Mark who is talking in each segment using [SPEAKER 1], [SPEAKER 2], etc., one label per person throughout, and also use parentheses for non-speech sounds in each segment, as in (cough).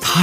[SPEAKER 1] 他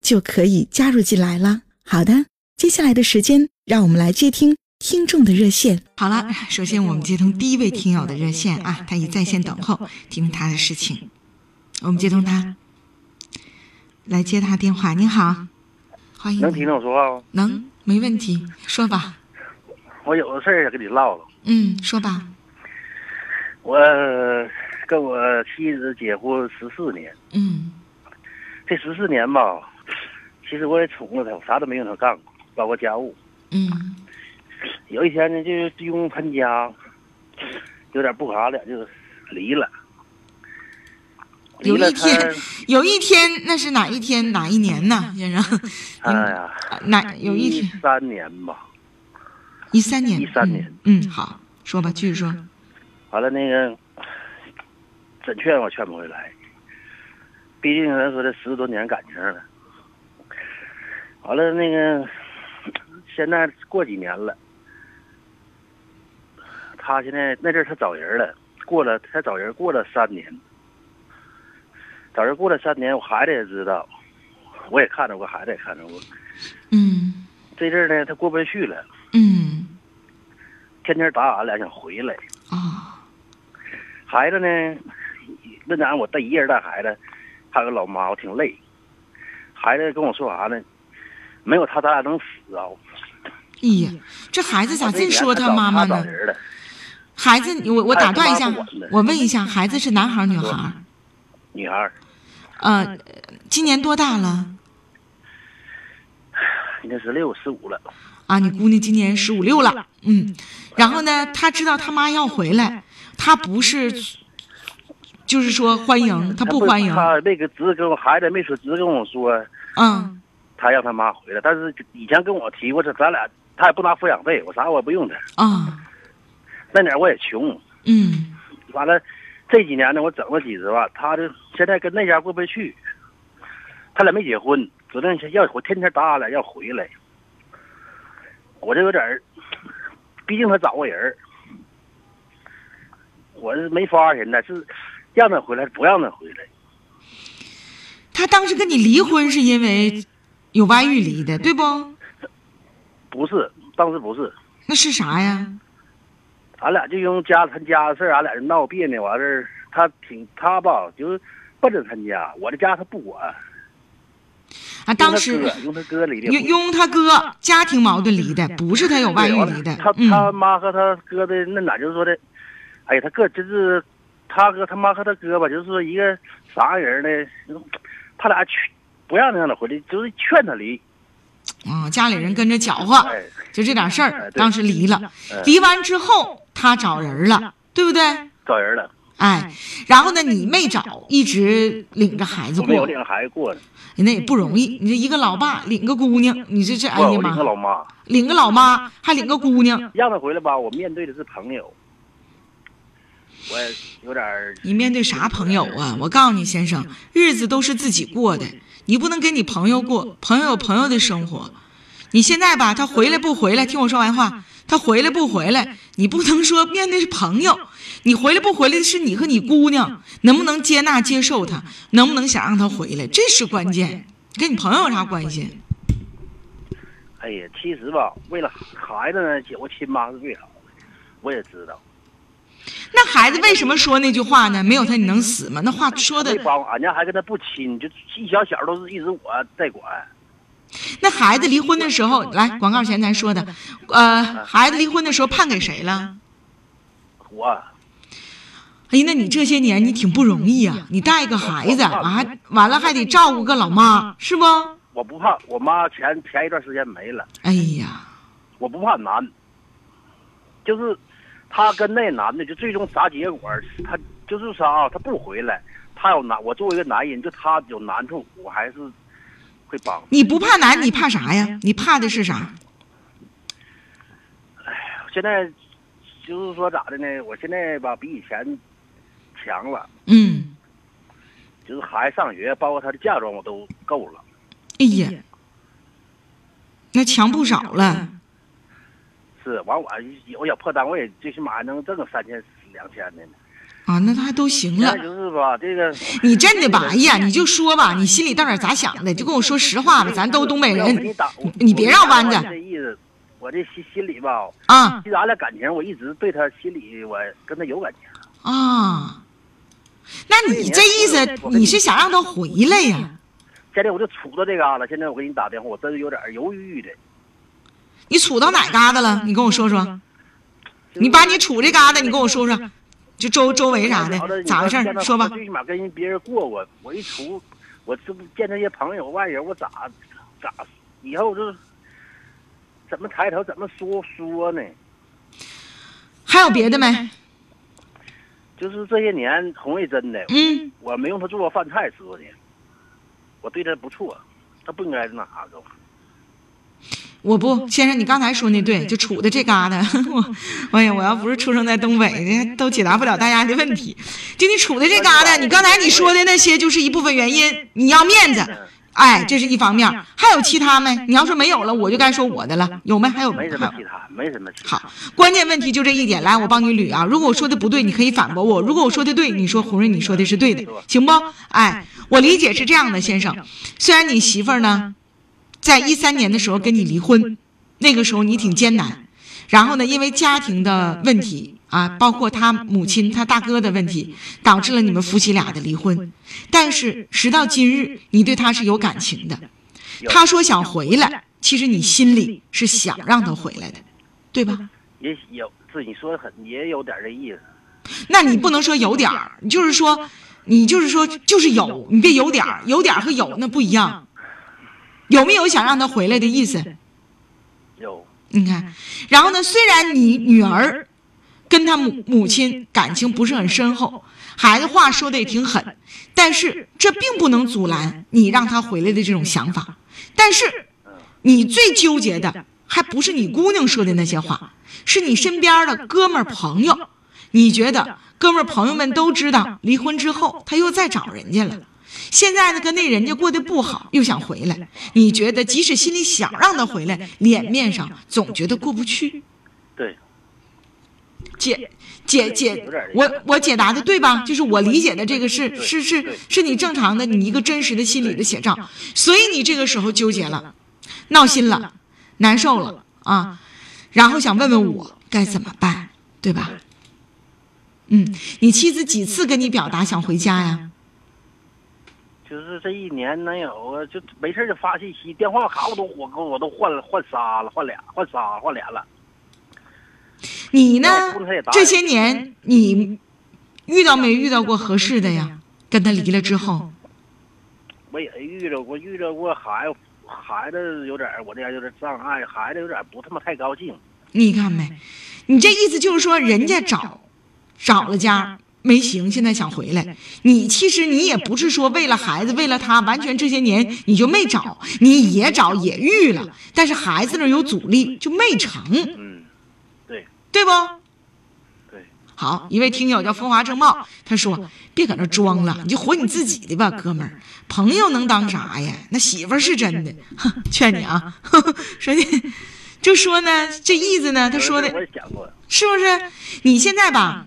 [SPEAKER 2] 就可以加入进来了。好的，接下来的时间，让我们来接听听众的热线。
[SPEAKER 3] 好了，啊首先我们接通第一位听友的热线啊，他已在线等候，听他的事情。我们接通嗯他，来接他电话。您
[SPEAKER 4] 嗯
[SPEAKER 3] 好，欢迎
[SPEAKER 5] 能
[SPEAKER 3] 您
[SPEAKER 5] 听懂说话吗？
[SPEAKER 3] 能，没问题，说吧，
[SPEAKER 5] 我有个事儿想跟你唠唠。
[SPEAKER 3] 嗯，说吧，
[SPEAKER 5] 我呃跟我妻子结婚十四年，
[SPEAKER 3] 嗯
[SPEAKER 5] 这十四年吧，其实我也宠着她，我啥都没让她干过，包括家务。
[SPEAKER 3] 嗯
[SPEAKER 5] 有一天呢，就是因为他家有点不和了，就离了。
[SPEAKER 3] 有
[SPEAKER 5] 离
[SPEAKER 3] 一
[SPEAKER 5] 了她，
[SPEAKER 3] 天有一天，那是哪一天？哪一年呢，先生？ (laughs)
[SPEAKER 5] 哎呀，
[SPEAKER 3] 哪有一
[SPEAKER 5] 一
[SPEAKER 3] 天？
[SPEAKER 5] 三年吧。
[SPEAKER 3] 一三年。
[SPEAKER 5] 13年
[SPEAKER 3] 嗯。嗯，好，说吧，继续说。
[SPEAKER 5] 完了那个，怎劝我劝不回来，毕竟咱说这十多年感情了。完了那个，现在过几年了，他现在那阵儿他找人了，过了他找人过了三年，找人过了三年，我孩子也知道，我也看着过，孩子也看着过。
[SPEAKER 3] 嗯
[SPEAKER 5] 这阵儿呢，他过不去了，
[SPEAKER 3] 嗯
[SPEAKER 5] 天天打俺俩想回来。
[SPEAKER 3] 啊
[SPEAKER 5] 孩子呢，那咱我带一人带孩子，还有个老妈，我挺累。孩子跟我说啥呢？没有他，咱俩能死啊！
[SPEAKER 3] 哎呀，这孩子咋净啊说
[SPEAKER 5] 他
[SPEAKER 3] 妈妈呢？
[SPEAKER 5] 人了，
[SPEAKER 3] 孩子，你我我打断一下
[SPEAKER 5] 孩子妈不管的，
[SPEAKER 3] 我问一下，孩子是男孩儿女孩儿？
[SPEAKER 5] 女孩儿，
[SPEAKER 3] 呃，今年多大了？
[SPEAKER 5] 今年十六十五了，
[SPEAKER 3] 啊，你姑娘今年十五六了，嗯。然后呢，她知道她妈要回来，她不是，就是说欢迎，她
[SPEAKER 5] 他
[SPEAKER 3] 不欢迎，
[SPEAKER 5] 他那个只跟我孩子没说，只跟我说
[SPEAKER 3] 嗯
[SPEAKER 5] 他让他妈回来，但是以前跟我提过，这咱俩他也不拿抚养费，我啥我也不用他。
[SPEAKER 3] 啊
[SPEAKER 5] 那点儿我也穷，
[SPEAKER 3] 嗯
[SPEAKER 5] 完了这几年呢，我整了几十万，他就现在跟那家过不去，他俩没结婚，指定是要我天天打俺俩要回来，我这有点儿，毕竟他找过人儿，我是没法儿现在是让他回来不让他回来，
[SPEAKER 3] 她当时跟你离婚是因为有外遇离的，对不？
[SPEAKER 5] 不是当时不是，
[SPEAKER 3] 那是啥呀？
[SPEAKER 5] 俺俩就因为家他家的事儿，俺俩就闹别扭，完事儿他挺他吧就是奔着他家，我的家他不管，
[SPEAKER 3] 啊，
[SPEAKER 5] 用
[SPEAKER 3] 当
[SPEAKER 5] 他
[SPEAKER 3] 时
[SPEAKER 5] 哥用他哥离的
[SPEAKER 3] 用
[SPEAKER 5] 婚
[SPEAKER 3] 用他哥家庭矛盾离的，不是他有外
[SPEAKER 5] 对
[SPEAKER 3] 遇
[SPEAKER 5] 完了
[SPEAKER 3] 离的
[SPEAKER 5] 他，他
[SPEAKER 3] 嗯
[SPEAKER 5] 妈和他哥的那哪就是说的，哎呀，他哥就是他哥他妈和他哥吧，就是说一个啥人呢？他俩劝不让他让他回来，就是劝他离。
[SPEAKER 3] 啊，家里人跟着搅和。
[SPEAKER 5] 哎，
[SPEAKER 3] 就这点事
[SPEAKER 5] 哎
[SPEAKER 3] 儿，
[SPEAKER 5] 对
[SPEAKER 3] 当时离了，
[SPEAKER 5] 哎
[SPEAKER 3] 离完之后他找人了，对不对？
[SPEAKER 5] 找人了，
[SPEAKER 3] 哎，然后呢，你没找，一直领着孩子
[SPEAKER 5] 我没有
[SPEAKER 3] 过，
[SPEAKER 5] 领孩子过呢，
[SPEAKER 3] 那也不容易。你这一个老爸领个姑娘，你这这哎
[SPEAKER 5] 我
[SPEAKER 3] 呀
[SPEAKER 5] 我领
[SPEAKER 3] 妈
[SPEAKER 5] 个，老妈，
[SPEAKER 3] 领个老妈还领个姑娘，
[SPEAKER 5] 让他回来吧。我面对的是朋友，我也有点儿
[SPEAKER 3] 你面对啥朋友啊？我告诉你，先生，日子都是自己过的，你不能跟你朋友过，朋友有朋友的生活。你现在吧，他回来不回来？听我说完话，他回来不回来？你不能说面对是朋友，你回来不回来的是你和你姑娘，能不能接纳接受他，能不能想让他回来，这是关键，跟你朋友有啥关系？
[SPEAKER 5] 哎呀，其实吧，为了孩子呢，我亲妈是最好的，我也知道。
[SPEAKER 3] 那孩子为什么说那句话呢？没有他你能死吗？那话说
[SPEAKER 5] 没
[SPEAKER 3] 的，
[SPEAKER 5] 帮俺家还跟他不亲，就一小小都是一直我在管。
[SPEAKER 3] 那孩子离婚的时候，来广告前咱说的，呃，孩子离婚的时候判给谁了？
[SPEAKER 5] 我啊
[SPEAKER 3] 哎，那你这些年你挺不容易啊，你带个孩子，完还完了还得照顾个老妈，是不？
[SPEAKER 5] 我不怕，我妈前前一段时间没了，
[SPEAKER 3] 哎呀，
[SPEAKER 5] 我不怕难，就是他跟那男的，就最终啥结果，他就是啥啊，他不回来，他有难，我作为一个男人，就他有难处，我还是会帮。
[SPEAKER 3] 你不怕难，你怕啥呀？你怕的是啥？
[SPEAKER 5] 现在就是说咋的呢？我现在吧比以前强了，
[SPEAKER 3] 嗯，
[SPEAKER 5] 就是孩子上学，包括他的嫁妆我都够了。
[SPEAKER 3] 哎呀，那强不少了。
[SPEAKER 5] 是，完我有小破单位，最起码还能挣个三千两千的呢。
[SPEAKER 3] 啊，那还都行
[SPEAKER 5] 现在
[SPEAKER 3] 了。
[SPEAKER 5] 就是吧，这个
[SPEAKER 3] 你真的吧？哎呀，你就说吧，你心里到底咋想的？就跟我说实话吧，咱都东北
[SPEAKER 5] 我跟
[SPEAKER 3] 人
[SPEAKER 5] 你打
[SPEAKER 3] 你你别绕弯子
[SPEAKER 5] 我这意思，我这心心里吧，
[SPEAKER 3] 啊
[SPEAKER 5] 其实俺俩感情，我一直对他心里我跟他有感情。
[SPEAKER 3] 啊。那你这意思，你是想让他回来呀？
[SPEAKER 5] 现在我就杵到这嘎了，现在我给你打电话，我真有点犹豫的。
[SPEAKER 3] 你杵到哪
[SPEAKER 4] 嘎
[SPEAKER 3] 嘎达
[SPEAKER 4] 达了
[SPEAKER 3] 了？？
[SPEAKER 4] 你
[SPEAKER 3] 你
[SPEAKER 4] 跟
[SPEAKER 3] 跟
[SPEAKER 4] 我
[SPEAKER 3] 我
[SPEAKER 4] 说
[SPEAKER 3] 说
[SPEAKER 4] 说
[SPEAKER 3] 说。，你把你杵这嘎
[SPEAKER 4] 嘎
[SPEAKER 3] 达，
[SPEAKER 4] 达，
[SPEAKER 3] 你跟
[SPEAKER 4] 你跟
[SPEAKER 3] 我
[SPEAKER 4] 我
[SPEAKER 3] 说
[SPEAKER 4] 说
[SPEAKER 3] 说
[SPEAKER 4] 说，，
[SPEAKER 3] 就周周围啥
[SPEAKER 5] 聊
[SPEAKER 3] 的，
[SPEAKER 5] 着
[SPEAKER 3] 咋回事
[SPEAKER 5] 你
[SPEAKER 3] 儿？说吧。
[SPEAKER 5] 最起码跟人别人过我，我一处，我这不见这些朋友外人，我咋咋以后就是怎么抬头怎么说说呢？
[SPEAKER 3] 还有
[SPEAKER 4] 有
[SPEAKER 3] 别
[SPEAKER 4] 别
[SPEAKER 3] 的
[SPEAKER 4] 的
[SPEAKER 3] 没
[SPEAKER 4] 没？？
[SPEAKER 5] 就是这些年红卫真的，
[SPEAKER 3] 嗯，
[SPEAKER 5] 我没用他做过饭菜吃的，我对他不错，他不应该那啥的。
[SPEAKER 3] 我不，先生，你刚才说那对，就杵的这嘎达。 (laughs) 我，哎呀，我要不是出生在东北，这都解答不了大家的问题。就你杵的这嘎达，你刚才你说的那些就是一部分原因，你要面子，哎，这是一方面。还有其他没？你要说没有了，我就该说我的了。有没？还有
[SPEAKER 5] 没
[SPEAKER 3] 没
[SPEAKER 5] 什？么其他，没什么其他。
[SPEAKER 3] 嗯好，关键问题就这一点，来，我帮你捋啊。如果我说的不对，你可以反驳我；如果我说的对，你说胡润，你说的是对的，行不？哎，我
[SPEAKER 4] 我
[SPEAKER 3] 理
[SPEAKER 4] 理
[SPEAKER 3] 解
[SPEAKER 4] 解
[SPEAKER 3] 是
[SPEAKER 4] 是
[SPEAKER 3] 这
[SPEAKER 4] 这
[SPEAKER 3] 样
[SPEAKER 4] 样
[SPEAKER 3] 的，
[SPEAKER 4] 的，
[SPEAKER 3] 先
[SPEAKER 4] 先
[SPEAKER 3] 生
[SPEAKER 4] 生。，
[SPEAKER 3] 虽然你
[SPEAKER 4] 你
[SPEAKER 3] 媳
[SPEAKER 4] 媳
[SPEAKER 3] 妇
[SPEAKER 4] 妇
[SPEAKER 3] 儿
[SPEAKER 4] 儿
[SPEAKER 3] 呢
[SPEAKER 4] 呢，
[SPEAKER 3] 在
[SPEAKER 4] 在
[SPEAKER 3] 一
[SPEAKER 4] 一
[SPEAKER 3] 三
[SPEAKER 4] 三
[SPEAKER 3] 年
[SPEAKER 4] 年
[SPEAKER 3] 的
[SPEAKER 4] 的
[SPEAKER 3] 时
[SPEAKER 4] 时
[SPEAKER 3] 候
[SPEAKER 4] 候
[SPEAKER 3] 跟
[SPEAKER 4] 跟
[SPEAKER 3] 你
[SPEAKER 4] 你
[SPEAKER 3] 离
[SPEAKER 4] 离
[SPEAKER 3] 婚
[SPEAKER 4] 婚，，
[SPEAKER 3] 那个
[SPEAKER 4] 那
[SPEAKER 3] 时
[SPEAKER 4] 时
[SPEAKER 3] 候
[SPEAKER 4] 候
[SPEAKER 3] 你
[SPEAKER 4] 你
[SPEAKER 3] 挺
[SPEAKER 4] 挺
[SPEAKER 3] 艰
[SPEAKER 4] 艰
[SPEAKER 3] 难。
[SPEAKER 4] 难。
[SPEAKER 3] 然
[SPEAKER 4] 然
[SPEAKER 3] 后
[SPEAKER 4] 后
[SPEAKER 3] 呢，
[SPEAKER 4] 呢，
[SPEAKER 3] 因
[SPEAKER 4] 因
[SPEAKER 3] 为
[SPEAKER 4] 为
[SPEAKER 3] 家
[SPEAKER 4] 家
[SPEAKER 3] 庭
[SPEAKER 4] 庭
[SPEAKER 3] 的
[SPEAKER 4] 的
[SPEAKER 3] 问
[SPEAKER 4] 问
[SPEAKER 3] 题
[SPEAKER 4] 题
[SPEAKER 3] 啊
[SPEAKER 4] 啊，，
[SPEAKER 3] 包
[SPEAKER 4] 包
[SPEAKER 3] 括
[SPEAKER 4] 括
[SPEAKER 3] 他
[SPEAKER 4] 他
[SPEAKER 3] 母
[SPEAKER 4] 母
[SPEAKER 3] 亲、
[SPEAKER 4] 亲、
[SPEAKER 3] 他
[SPEAKER 4] 他
[SPEAKER 3] 大
[SPEAKER 4] 大
[SPEAKER 3] 哥
[SPEAKER 4] 哥
[SPEAKER 3] 的
[SPEAKER 4] 的
[SPEAKER 3] 问
[SPEAKER 4] 问
[SPEAKER 3] 题
[SPEAKER 4] 题，，
[SPEAKER 3] 导
[SPEAKER 4] 导
[SPEAKER 3] 致
[SPEAKER 4] 致
[SPEAKER 3] 了
[SPEAKER 4] 了
[SPEAKER 3] 你
[SPEAKER 4] 你
[SPEAKER 3] 们
[SPEAKER 4] 们
[SPEAKER 3] 夫
[SPEAKER 4] 夫
[SPEAKER 3] 妻
[SPEAKER 4] 妻
[SPEAKER 3] 俩
[SPEAKER 4] 俩
[SPEAKER 3] 的
[SPEAKER 4] 的
[SPEAKER 3] 离
[SPEAKER 4] 离
[SPEAKER 3] 婚
[SPEAKER 4] 婚。。
[SPEAKER 3] 但
[SPEAKER 4] 但
[SPEAKER 3] 是
[SPEAKER 4] 是，
[SPEAKER 3] 直
[SPEAKER 4] 直
[SPEAKER 3] 到
[SPEAKER 4] 到
[SPEAKER 3] 今
[SPEAKER 4] 今
[SPEAKER 3] 日
[SPEAKER 4] 日，，
[SPEAKER 3] 你
[SPEAKER 4] 你
[SPEAKER 3] 对
[SPEAKER 4] 对
[SPEAKER 3] 他
[SPEAKER 4] 他
[SPEAKER 3] 是
[SPEAKER 4] 是
[SPEAKER 3] 有
[SPEAKER 4] 有
[SPEAKER 3] 感
[SPEAKER 4] 感
[SPEAKER 3] 情
[SPEAKER 4] 情
[SPEAKER 3] 的
[SPEAKER 4] 的。，
[SPEAKER 3] 他说想回来，其实你心里是想让他回来的，对吧？
[SPEAKER 5] 也有是你说的很，也有点这意思。
[SPEAKER 3] 那你不能说有点儿，你就是说，你就是说就是有，你别有点儿，有点儿和有那不一样。有没有想让他回来的意思？
[SPEAKER 5] 有
[SPEAKER 3] 你看，然后呢，虽然你女
[SPEAKER 4] 女
[SPEAKER 3] 儿
[SPEAKER 4] 儿
[SPEAKER 3] 跟他
[SPEAKER 4] 他
[SPEAKER 3] 母
[SPEAKER 4] 母
[SPEAKER 3] 母
[SPEAKER 4] 母
[SPEAKER 3] 亲
[SPEAKER 4] 亲
[SPEAKER 3] 感
[SPEAKER 4] 感
[SPEAKER 3] 情
[SPEAKER 4] 情
[SPEAKER 3] 不
[SPEAKER 4] 不
[SPEAKER 3] 是
[SPEAKER 4] 是
[SPEAKER 3] 很
[SPEAKER 4] 很
[SPEAKER 3] 深
[SPEAKER 4] 深
[SPEAKER 3] 厚
[SPEAKER 4] 厚，，
[SPEAKER 3] 孩
[SPEAKER 4] 孩
[SPEAKER 3] 子
[SPEAKER 4] 子
[SPEAKER 3] 话
[SPEAKER 4] 话
[SPEAKER 3] 说
[SPEAKER 4] 说
[SPEAKER 3] 的
[SPEAKER 4] 的
[SPEAKER 3] 也
[SPEAKER 4] 也
[SPEAKER 3] 挺
[SPEAKER 4] 挺
[SPEAKER 3] 狠
[SPEAKER 4] 狠，，
[SPEAKER 3] 但
[SPEAKER 4] 但
[SPEAKER 3] 是
[SPEAKER 4] 是
[SPEAKER 3] 这
[SPEAKER 4] 这
[SPEAKER 3] 并
[SPEAKER 4] 并
[SPEAKER 3] 不
[SPEAKER 4] 不
[SPEAKER 3] 能
[SPEAKER 4] 能
[SPEAKER 3] 阻
[SPEAKER 4] 阻
[SPEAKER 3] 拦
[SPEAKER 4] 拦
[SPEAKER 3] 你
[SPEAKER 4] 你
[SPEAKER 3] 让
[SPEAKER 4] 让
[SPEAKER 3] 他
[SPEAKER 4] 他
[SPEAKER 3] 回
[SPEAKER 4] 回
[SPEAKER 3] 来
[SPEAKER 4] 来
[SPEAKER 3] 的
[SPEAKER 4] 的
[SPEAKER 3] 这
[SPEAKER 4] 这
[SPEAKER 3] 种
[SPEAKER 4] 种
[SPEAKER 3] 想
[SPEAKER 4] 想
[SPEAKER 3] 法
[SPEAKER 4] 法。。
[SPEAKER 3] 但是你
[SPEAKER 4] 你
[SPEAKER 3] 最
[SPEAKER 4] 最
[SPEAKER 3] 纠
[SPEAKER 4] 纠
[SPEAKER 3] 结
[SPEAKER 4] 结
[SPEAKER 3] 的
[SPEAKER 4] 的
[SPEAKER 3] 还
[SPEAKER 4] 还
[SPEAKER 3] 不
[SPEAKER 4] 不
[SPEAKER 3] 是
[SPEAKER 4] 是
[SPEAKER 3] 你
[SPEAKER 4] 你
[SPEAKER 3] 姑娘
[SPEAKER 4] 姑娘
[SPEAKER 3] 说
[SPEAKER 4] 说
[SPEAKER 3] 的
[SPEAKER 4] 的
[SPEAKER 3] 那
[SPEAKER 4] 那
[SPEAKER 3] 些
[SPEAKER 4] 些
[SPEAKER 3] 话
[SPEAKER 4] 话，，
[SPEAKER 3] 是你
[SPEAKER 4] 你
[SPEAKER 3] 身边
[SPEAKER 4] 身边
[SPEAKER 3] 的
[SPEAKER 4] 的
[SPEAKER 3] 哥
[SPEAKER 4] 哥
[SPEAKER 3] 们儿
[SPEAKER 4] 们儿
[SPEAKER 3] 朋
[SPEAKER 4] 朋
[SPEAKER 3] 友
[SPEAKER 4] 友，，
[SPEAKER 3] 你
[SPEAKER 4] 你
[SPEAKER 3] 觉
[SPEAKER 4] 觉
[SPEAKER 3] 得
[SPEAKER 4] 得
[SPEAKER 3] 哥
[SPEAKER 4] 哥
[SPEAKER 3] 们
[SPEAKER 4] 们
[SPEAKER 3] 儿
[SPEAKER 4] 儿
[SPEAKER 3] 朋
[SPEAKER 4] 朋
[SPEAKER 3] 友
[SPEAKER 4] 友
[SPEAKER 3] 们
[SPEAKER 4] 们
[SPEAKER 3] 都
[SPEAKER 4] 都
[SPEAKER 3] 知
[SPEAKER 4] 知
[SPEAKER 3] 道
[SPEAKER 4] 道
[SPEAKER 3] 离
[SPEAKER 4] 离
[SPEAKER 3] 婚
[SPEAKER 4] 婚
[SPEAKER 3] 之
[SPEAKER 4] 之
[SPEAKER 3] 后
[SPEAKER 4] 后
[SPEAKER 3] 他
[SPEAKER 4] 他
[SPEAKER 3] 又
[SPEAKER 4] 又
[SPEAKER 3] 再
[SPEAKER 4] 再
[SPEAKER 3] 找
[SPEAKER 4] 找
[SPEAKER 3] 人
[SPEAKER 4] 人
[SPEAKER 3] 家
[SPEAKER 4] 家
[SPEAKER 3] 了
[SPEAKER 4] 了，，
[SPEAKER 3] 现在
[SPEAKER 4] 现
[SPEAKER 3] 呢
[SPEAKER 4] 在
[SPEAKER 3] 跟
[SPEAKER 4] 跟
[SPEAKER 3] 那
[SPEAKER 4] 那
[SPEAKER 3] 人
[SPEAKER 4] 人
[SPEAKER 3] 家
[SPEAKER 4] 家
[SPEAKER 3] 过
[SPEAKER 4] 过
[SPEAKER 3] 得
[SPEAKER 4] 得
[SPEAKER 3] 不
[SPEAKER 4] 不
[SPEAKER 3] 好
[SPEAKER 4] 好，，
[SPEAKER 3] 又
[SPEAKER 4] 又
[SPEAKER 3] 想
[SPEAKER 4] 想
[SPEAKER 3] 回
[SPEAKER 4] 回
[SPEAKER 3] 来
[SPEAKER 4] 来，，
[SPEAKER 3] 你
[SPEAKER 4] 你
[SPEAKER 3] 觉
[SPEAKER 4] 觉
[SPEAKER 3] 得
[SPEAKER 4] 得
[SPEAKER 3] 即
[SPEAKER 4] 即
[SPEAKER 3] 使
[SPEAKER 4] 使
[SPEAKER 3] 心
[SPEAKER 4] 心
[SPEAKER 3] 里
[SPEAKER 4] 里
[SPEAKER 3] 想
[SPEAKER 4] 想
[SPEAKER 3] 让
[SPEAKER 4] 让
[SPEAKER 3] 他
[SPEAKER 4] 他
[SPEAKER 3] 回
[SPEAKER 4] 回
[SPEAKER 3] 来
[SPEAKER 4] 来，，
[SPEAKER 3] 脸
[SPEAKER 4] 脸
[SPEAKER 3] 面
[SPEAKER 4] 面
[SPEAKER 3] 上
[SPEAKER 4] 上
[SPEAKER 3] 总
[SPEAKER 4] 总
[SPEAKER 3] 觉
[SPEAKER 4] 觉
[SPEAKER 3] 得
[SPEAKER 4] 得
[SPEAKER 3] 过
[SPEAKER 4] 过
[SPEAKER 3] 不
[SPEAKER 4] 不
[SPEAKER 3] 去
[SPEAKER 4] 去。
[SPEAKER 5] 对，
[SPEAKER 3] 姐姐姐
[SPEAKER 5] 有点儿，
[SPEAKER 3] 我
[SPEAKER 4] 有点儿
[SPEAKER 3] 我解答的对吧？就是我理解的这个
[SPEAKER 4] 对
[SPEAKER 3] 是是是
[SPEAKER 5] 对
[SPEAKER 3] 是你正常的，你一个真实的心理的写照，所以你这个时候纠
[SPEAKER 4] 纠
[SPEAKER 3] 结
[SPEAKER 4] 结
[SPEAKER 3] 了，
[SPEAKER 4] 了，
[SPEAKER 3] 闹
[SPEAKER 4] 闹
[SPEAKER 3] 心
[SPEAKER 4] 心
[SPEAKER 3] 了
[SPEAKER 4] 了，，
[SPEAKER 3] 难
[SPEAKER 4] 难
[SPEAKER 3] 受
[SPEAKER 4] 受
[SPEAKER 3] 了
[SPEAKER 4] 了
[SPEAKER 3] 啊，
[SPEAKER 4] 啊，
[SPEAKER 3] 然
[SPEAKER 4] 然
[SPEAKER 3] 后
[SPEAKER 4] 后
[SPEAKER 3] 想
[SPEAKER 4] 想
[SPEAKER 3] 问
[SPEAKER 4] 问
[SPEAKER 3] 问
[SPEAKER 4] 问
[SPEAKER 3] 我
[SPEAKER 4] 我
[SPEAKER 3] 该
[SPEAKER 4] 该
[SPEAKER 3] 怎
[SPEAKER 4] 怎
[SPEAKER 3] 么
[SPEAKER 4] 么
[SPEAKER 3] 办
[SPEAKER 4] 办，
[SPEAKER 3] 对吧？嗯，你妻子几次跟你表达想回家呀？？
[SPEAKER 5] 就是这一年能有啊，就没事儿就发信息，电话卡我都我我都换了换仨了，换俩换仨了换俩了。
[SPEAKER 3] 你呢
[SPEAKER 5] 然后他也？答应
[SPEAKER 3] 这些年
[SPEAKER 4] 年
[SPEAKER 3] 你
[SPEAKER 4] 你
[SPEAKER 3] 遇
[SPEAKER 4] 遇
[SPEAKER 3] 到
[SPEAKER 4] 到
[SPEAKER 3] 没
[SPEAKER 4] 没
[SPEAKER 3] 遇
[SPEAKER 4] 遇
[SPEAKER 3] 到
[SPEAKER 4] 到
[SPEAKER 3] 过
[SPEAKER 4] 过
[SPEAKER 3] 合
[SPEAKER 4] 合
[SPEAKER 3] 适
[SPEAKER 4] 适
[SPEAKER 3] 的
[SPEAKER 4] 的
[SPEAKER 3] 呀
[SPEAKER 4] 呀？？
[SPEAKER 3] 跟他
[SPEAKER 4] 他
[SPEAKER 3] 离
[SPEAKER 4] 离
[SPEAKER 3] 了
[SPEAKER 4] 了
[SPEAKER 3] 之
[SPEAKER 4] 之
[SPEAKER 3] 后
[SPEAKER 4] 后，，
[SPEAKER 5] 我也遇着过，遇着过孩子，孩子有点儿我这样有点障碍，孩子有点儿不他妈太高兴。
[SPEAKER 3] 你
[SPEAKER 4] 看
[SPEAKER 3] 看没？
[SPEAKER 4] 没？
[SPEAKER 3] 你这意思就是说，
[SPEAKER 4] 说
[SPEAKER 3] 人
[SPEAKER 4] 人
[SPEAKER 3] 家
[SPEAKER 4] 家
[SPEAKER 3] 找
[SPEAKER 4] 找
[SPEAKER 3] 找
[SPEAKER 4] 找
[SPEAKER 3] 了
[SPEAKER 4] 了
[SPEAKER 3] 家
[SPEAKER 4] 家
[SPEAKER 3] 没
[SPEAKER 4] 没
[SPEAKER 3] 行，
[SPEAKER 4] 行，
[SPEAKER 3] 现
[SPEAKER 4] 现
[SPEAKER 3] 在
[SPEAKER 4] 在
[SPEAKER 3] 想
[SPEAKER 4] 想
[SPEAKER 3] 回
[SPEAKER 4] 回
[SPEAKER 3] 来
[SPEAKER 4] 来。。
[SPEAKER 3] 你其
[SPEAKER 4] 你其
[SPEAKER 3] 实
[SPEAKER 4] 实
[SPEAKER 3] 你
[SPEAKER 4] 你
[SPEAKER 3] 也
[SPEAKER 4] 也
[SPEAKER 3] 不
[SPEAKER 4] 不
[SPEAKER 3] 是
[SPEAKER 4] 是
[SPEAKER 3] 说
[SPEAKER 4] 说
[SPEAKER 3] 为
[SPEAKER 4] 为
[SPEAKER 3] 了
[SPEAKER 4] 了
[SPEAKER 3] 孩
[SPEAKER 4] 孩
[SPEAKER 3] 子，
[SPEAKER 4] 子，
[SPEAKER 3] 为
[SPEAKER 4] 为
[SPEAKER 3] 了
[SPEAKER 4] 了
[SPEAKER 3] 他，
[SPEAKER 4] 他，
[SPEAKER 3] 完
[SPEAKER 4] 完
[SPEAKER 3] 全
[SPEAKER 4] 全
[SPEAKER 3] 这
[SPEAKER 4] 这
[SPEAKER 3] 些
[SPEAKER 4] 些
[SPEAKER 3] 年
[SPEAKER 4] 年
[SPEAKER 3] 你
[SPEAKER 4] 你
[SPEAKER 3] 就
[SPEAKER 4] 就
[SPEAKER 3] 没
[SPEAKER 4] 没
[SPEAKER 3] 找
[SPEAKER 4] 找，，
[SPEAKER 3] 你
[SPEAKER 4] 你
[SPEAKER 3] 也
[SPEAKER 4] 也
[SPEAKER 3] 找
[SPEAKER 4] 找
[SPEAKER 3] 也
[SPEAKER 4] 也
[SPEAKER 3] 遇
[SPEAKER 4] 遇
[SPEAKER 3] 了
[SPEAKER 4] 了，，
[SPEAKER 3] 但
[SPEAKER 4] 但
[SPEAKER 3] 是
[SPEAKER 4] 是
[SPEAKER 3] 孩
[SPEAKER 4] 孩
[SPEAKER 3] 子
[SPEAKER 4] 子
[SPEAKER 3] 那
[SPEAKER 4] 那
[SPEAKER 3] 儿
[SPEAKER 4] 儿
[SPEAKER 3] 有
[SPEAKER 4] 有
[SPEAKER 3] 阻
[SPEAKER 4] 阻
[SPEAKER 3] 力
[SPEAKER 4] 力，
[SPEAKER 3] 就
[SPEAKER 4] 就
[SPEAKER 3] 没
[SPEAKER 4] 没
[SPEAKER 3] 成，
[SPEAKER 4] 成。
[SPEAKER 5] 嗯，对
[SPEAKER 3] 对不？
[SPEAKER 5] 对，
[SPEAKER 3] 好，一
[SPEAKER 4] 一
[SPEAKER 3] 位
[SPEAKER 4] 位
[SPEAKER 3] 听
[SPEAKER 4] 听
[SPEAKER 3] 友
[SPEAKER 4] 友
[SPEAKER 3] 叫
[SPEAKER 4] 叫
[SPEAKER 3] 风
[SPEAKER 4] 风
[SPEAKER 3] 华
[SPEAKER 4] 华
[SPEAKER 3] 正
[SPEAKER 4] 正
[SPEAKER 3] 茂
[SPEAKER 4] 茂，
[SPEAKER 3] 他说
[SPEAKER 4] 说：“
[SPEAKER 3] 别
[SPEAKER 4] 搁
[SPEAKER 3] 搁那儿
[SPEAKER 4] 那儿
[SPEAKER 3] 装
[SPEAKER 4] 装
[SPEAKER 3] 了
[SPEAKER 4] 了，，
[SPEAKER 3] 你
[SPEAKER 4] 你
[SPEAKER 3] 就
[SPEAKER 4] 就
[SPEAKER 3] 活
[SPEAKER 4] 活
[SPEAKER 3] 你
[SPEAKER 4] 你
[SPEAKER 3] 自
[SPEAKER 4] 自
[SPEAKER 3] 己
[SPEAKER 4] 己
[SPEAKER 3] 的
[SPEAKER 4] 的
[SPEAKER 3] 吧，
[SPEAKER 4] 吧，
[SPEAKER 3] 哥
[SPEAKER 4] 哥
[SPEAKER 3] 们
[SPEAKER 4] 们
[SPEAKER 3] 儿
[SPEAKER 4] 儿。。
[SPEAKER 3] 朋友
[SPEAKER 4] 又
[SPEAKER 3] 能
[SPEAKER 4] 能
[SPEAKER 3] 当
[SPEAKER 4] 当
[SPEAKER 3] 啥
[SPEAKER 4] 啥
[SPEAKER 3] 呀
[SPEAKER 4] 呀？？
[SPEAKER 3] 那
[SPEAKER 4] 那
[SPEAKER 3] 媳
[SPEAKER 4] 媳
[SPEAKER 3] 妇
[SPEAKER 4] 妇
[SPEAKER 3] 儿
[SPEAKER 4] 儿
[SPEAKER 3] 是
[SPEAKER 4] 是
[SPEAKER 3] 真
[SPEAKER 4] 真
[SPEAKER 3] 的
[SPEAKER 4] 的。。
[SPEAKER 3] 哼劝你啊， (laughs) 说你，就说呢，这意思呢，他说
[SPEAKER 5] 我
[SPEAKER 3] 的
[SPEAKER 5] 也想过，
[SPEAKER 3] 是不是？你
[SPEAKER 4] 你
[SPEAKER 3] 现
[SPEAKER 4] 现
[SPEAKER 3] 在
[SPEAKER 4] 在
[SPEAKER 3] 吧
[SPEAKER 4] 吧，，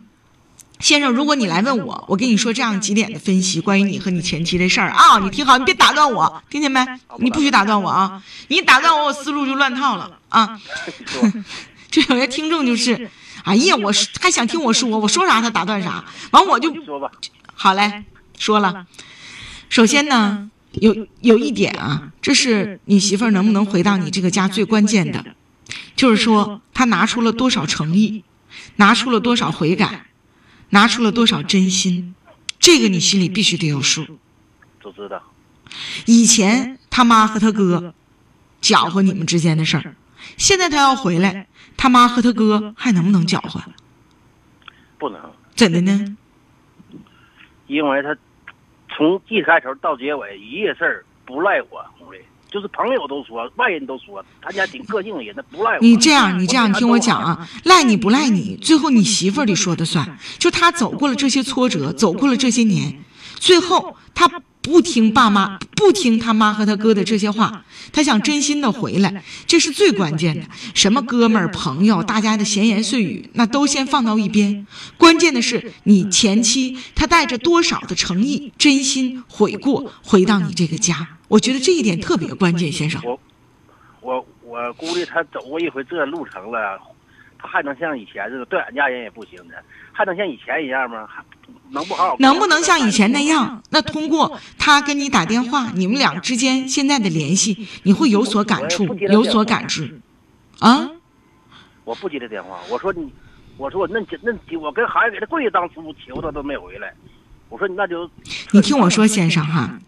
[SPEAKER 3] 先生，如果你来问我，我跟你说这样几点的分析，关于你和你前妻的事儿啊，你听好，你别打断我，听见没？哎你不许打断我啊！你打断我，我思路就乱套了啊！
[SPEAKER 5] 你说
[SPEAKER 3] 这有些
[SPEAKER 4] 听
[SPEAKER 3] 听众
[SPEAKER 4] 众
[SPEAKER 3] 就，
[SPEAKER 4] 就是是，
[SPEAKER 3] 哎呀，我说还想听我说，我说啥他打断啥，完我就
[SPEAKER 5] 说吧，
[SPEAKER 3] 好嘞
[SPEAKER 4] 来，
[SPEAKER 3] 说
[SPEAKER 4] 好
[SPEAKER 3] 了。
[SPEAKER 4] 了。
[SPEAKER 3] 首
[SPEAKER 4] 首
[SPEAKER 3] 先
[SPEAKER 4] 先
[SPEAKER 3] 呢，
[SPEAKER 4] 呢，
[SPEAKER 3] 有有一点啊，这是你媳妇儿能不能回到你这个家最关键的，就是说她拿出了多少诚意，拿出了多少悔改，拿出了多少真心，这个你心里必须得有数。
[SPEAKER 5] 都知道。
[SPEAKER 3] 以前他妈和他哥搅和你们之间的事儿，现在他要回来，他妈和他哥还能不能搅和？
[SPEAKER 5] 不能，
[SPEAKER 3] 怎的呢？
[SPEAKER 5] 因为他从一开头到结尾一夜事儿不赖我，红丽就是朋友都说，外人都说他家挺个性的人，他不赖我。
[SPEAKER 3] 你这样，你这样，你听我讲啊，赖你不赖你，最后你媳妇儿得说的算。就她走过了这些挫折，走过了这些年，最后她不听爸妈，不听他妈和他哥的这些话，她想真心的回来，这是最关键的。什么哥们儿、朋友，大家的闲言碎语，那都先放到一边。关键的是，你前期她带着多少的诚意、真心、悔过回到你这个家，我觉得这一点特别关键，先生。
[SPEAKER 5] 我我我估计他走过一回这路程了，他还能像以前似的？对俺家人也不行的，还能像以前一样吗？还能不好好？
[SPEAKER 3] 能不能像以前那样？那通过他跟你打电话，你们俩之间现在的联系，你会有所感触，有所感知，啊？
[SPEAKER 5] 我不接这电话，我说你，我说我那那我跟孩子给他跪下当初求他都没回来，我说你那就
[SPEAKER 3] 你听我说，先生哈、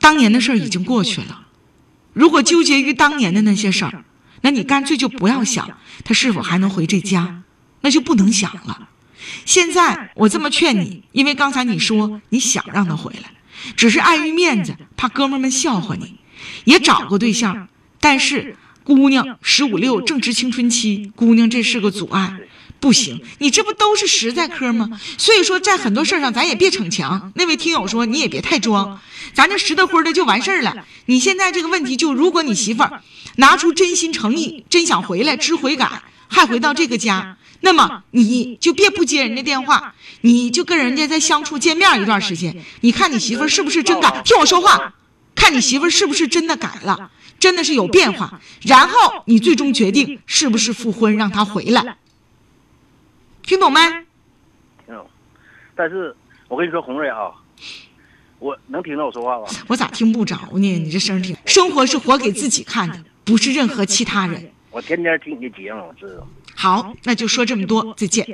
[SPEAKER 3] 当年的事儿已经过去了。如果纠结于当年的那些事儿，那你干脆就不要想他是否还能回这家，那就不能想了。现在我这么劝你，因为刚才你说你想让他回来，只是碍于面子，怕哥们儿们笑话你，也找过对象，但是姑娘十五六正值青春期，姑娘这是个阻碍。不行，你这不都是实在科吗？所以说，在很多事儿上，咱也别逞强。那位听友说，你也别太装，咱这实得灰的就完事儿了。你现在这个问题就，如果你媳妇儿拿出真心诚意，真想回来，知悔改，还回到这个家，那么你就别不接人家电话，你就跟人家再相处见面一段时间，你看你媳妇儿是不是真改？听我说话，看你媳妇儿是不是真的改了，真的是有变化，然后你最终决定是不是复婚，让她回来。听懂没？
[SPEAKER 5] 嗯，但是我跟你说，红瑞啊，我能听到我说话吧？
[SPEAKER 3] 我咋听不着呢？你这声儿挺……生活是活给自己看的，不是任何其他人。
[SPEAKER 5] 我天天听你的节目，我知道。
[SPEAKER 3] 好，那就说这么多，再见。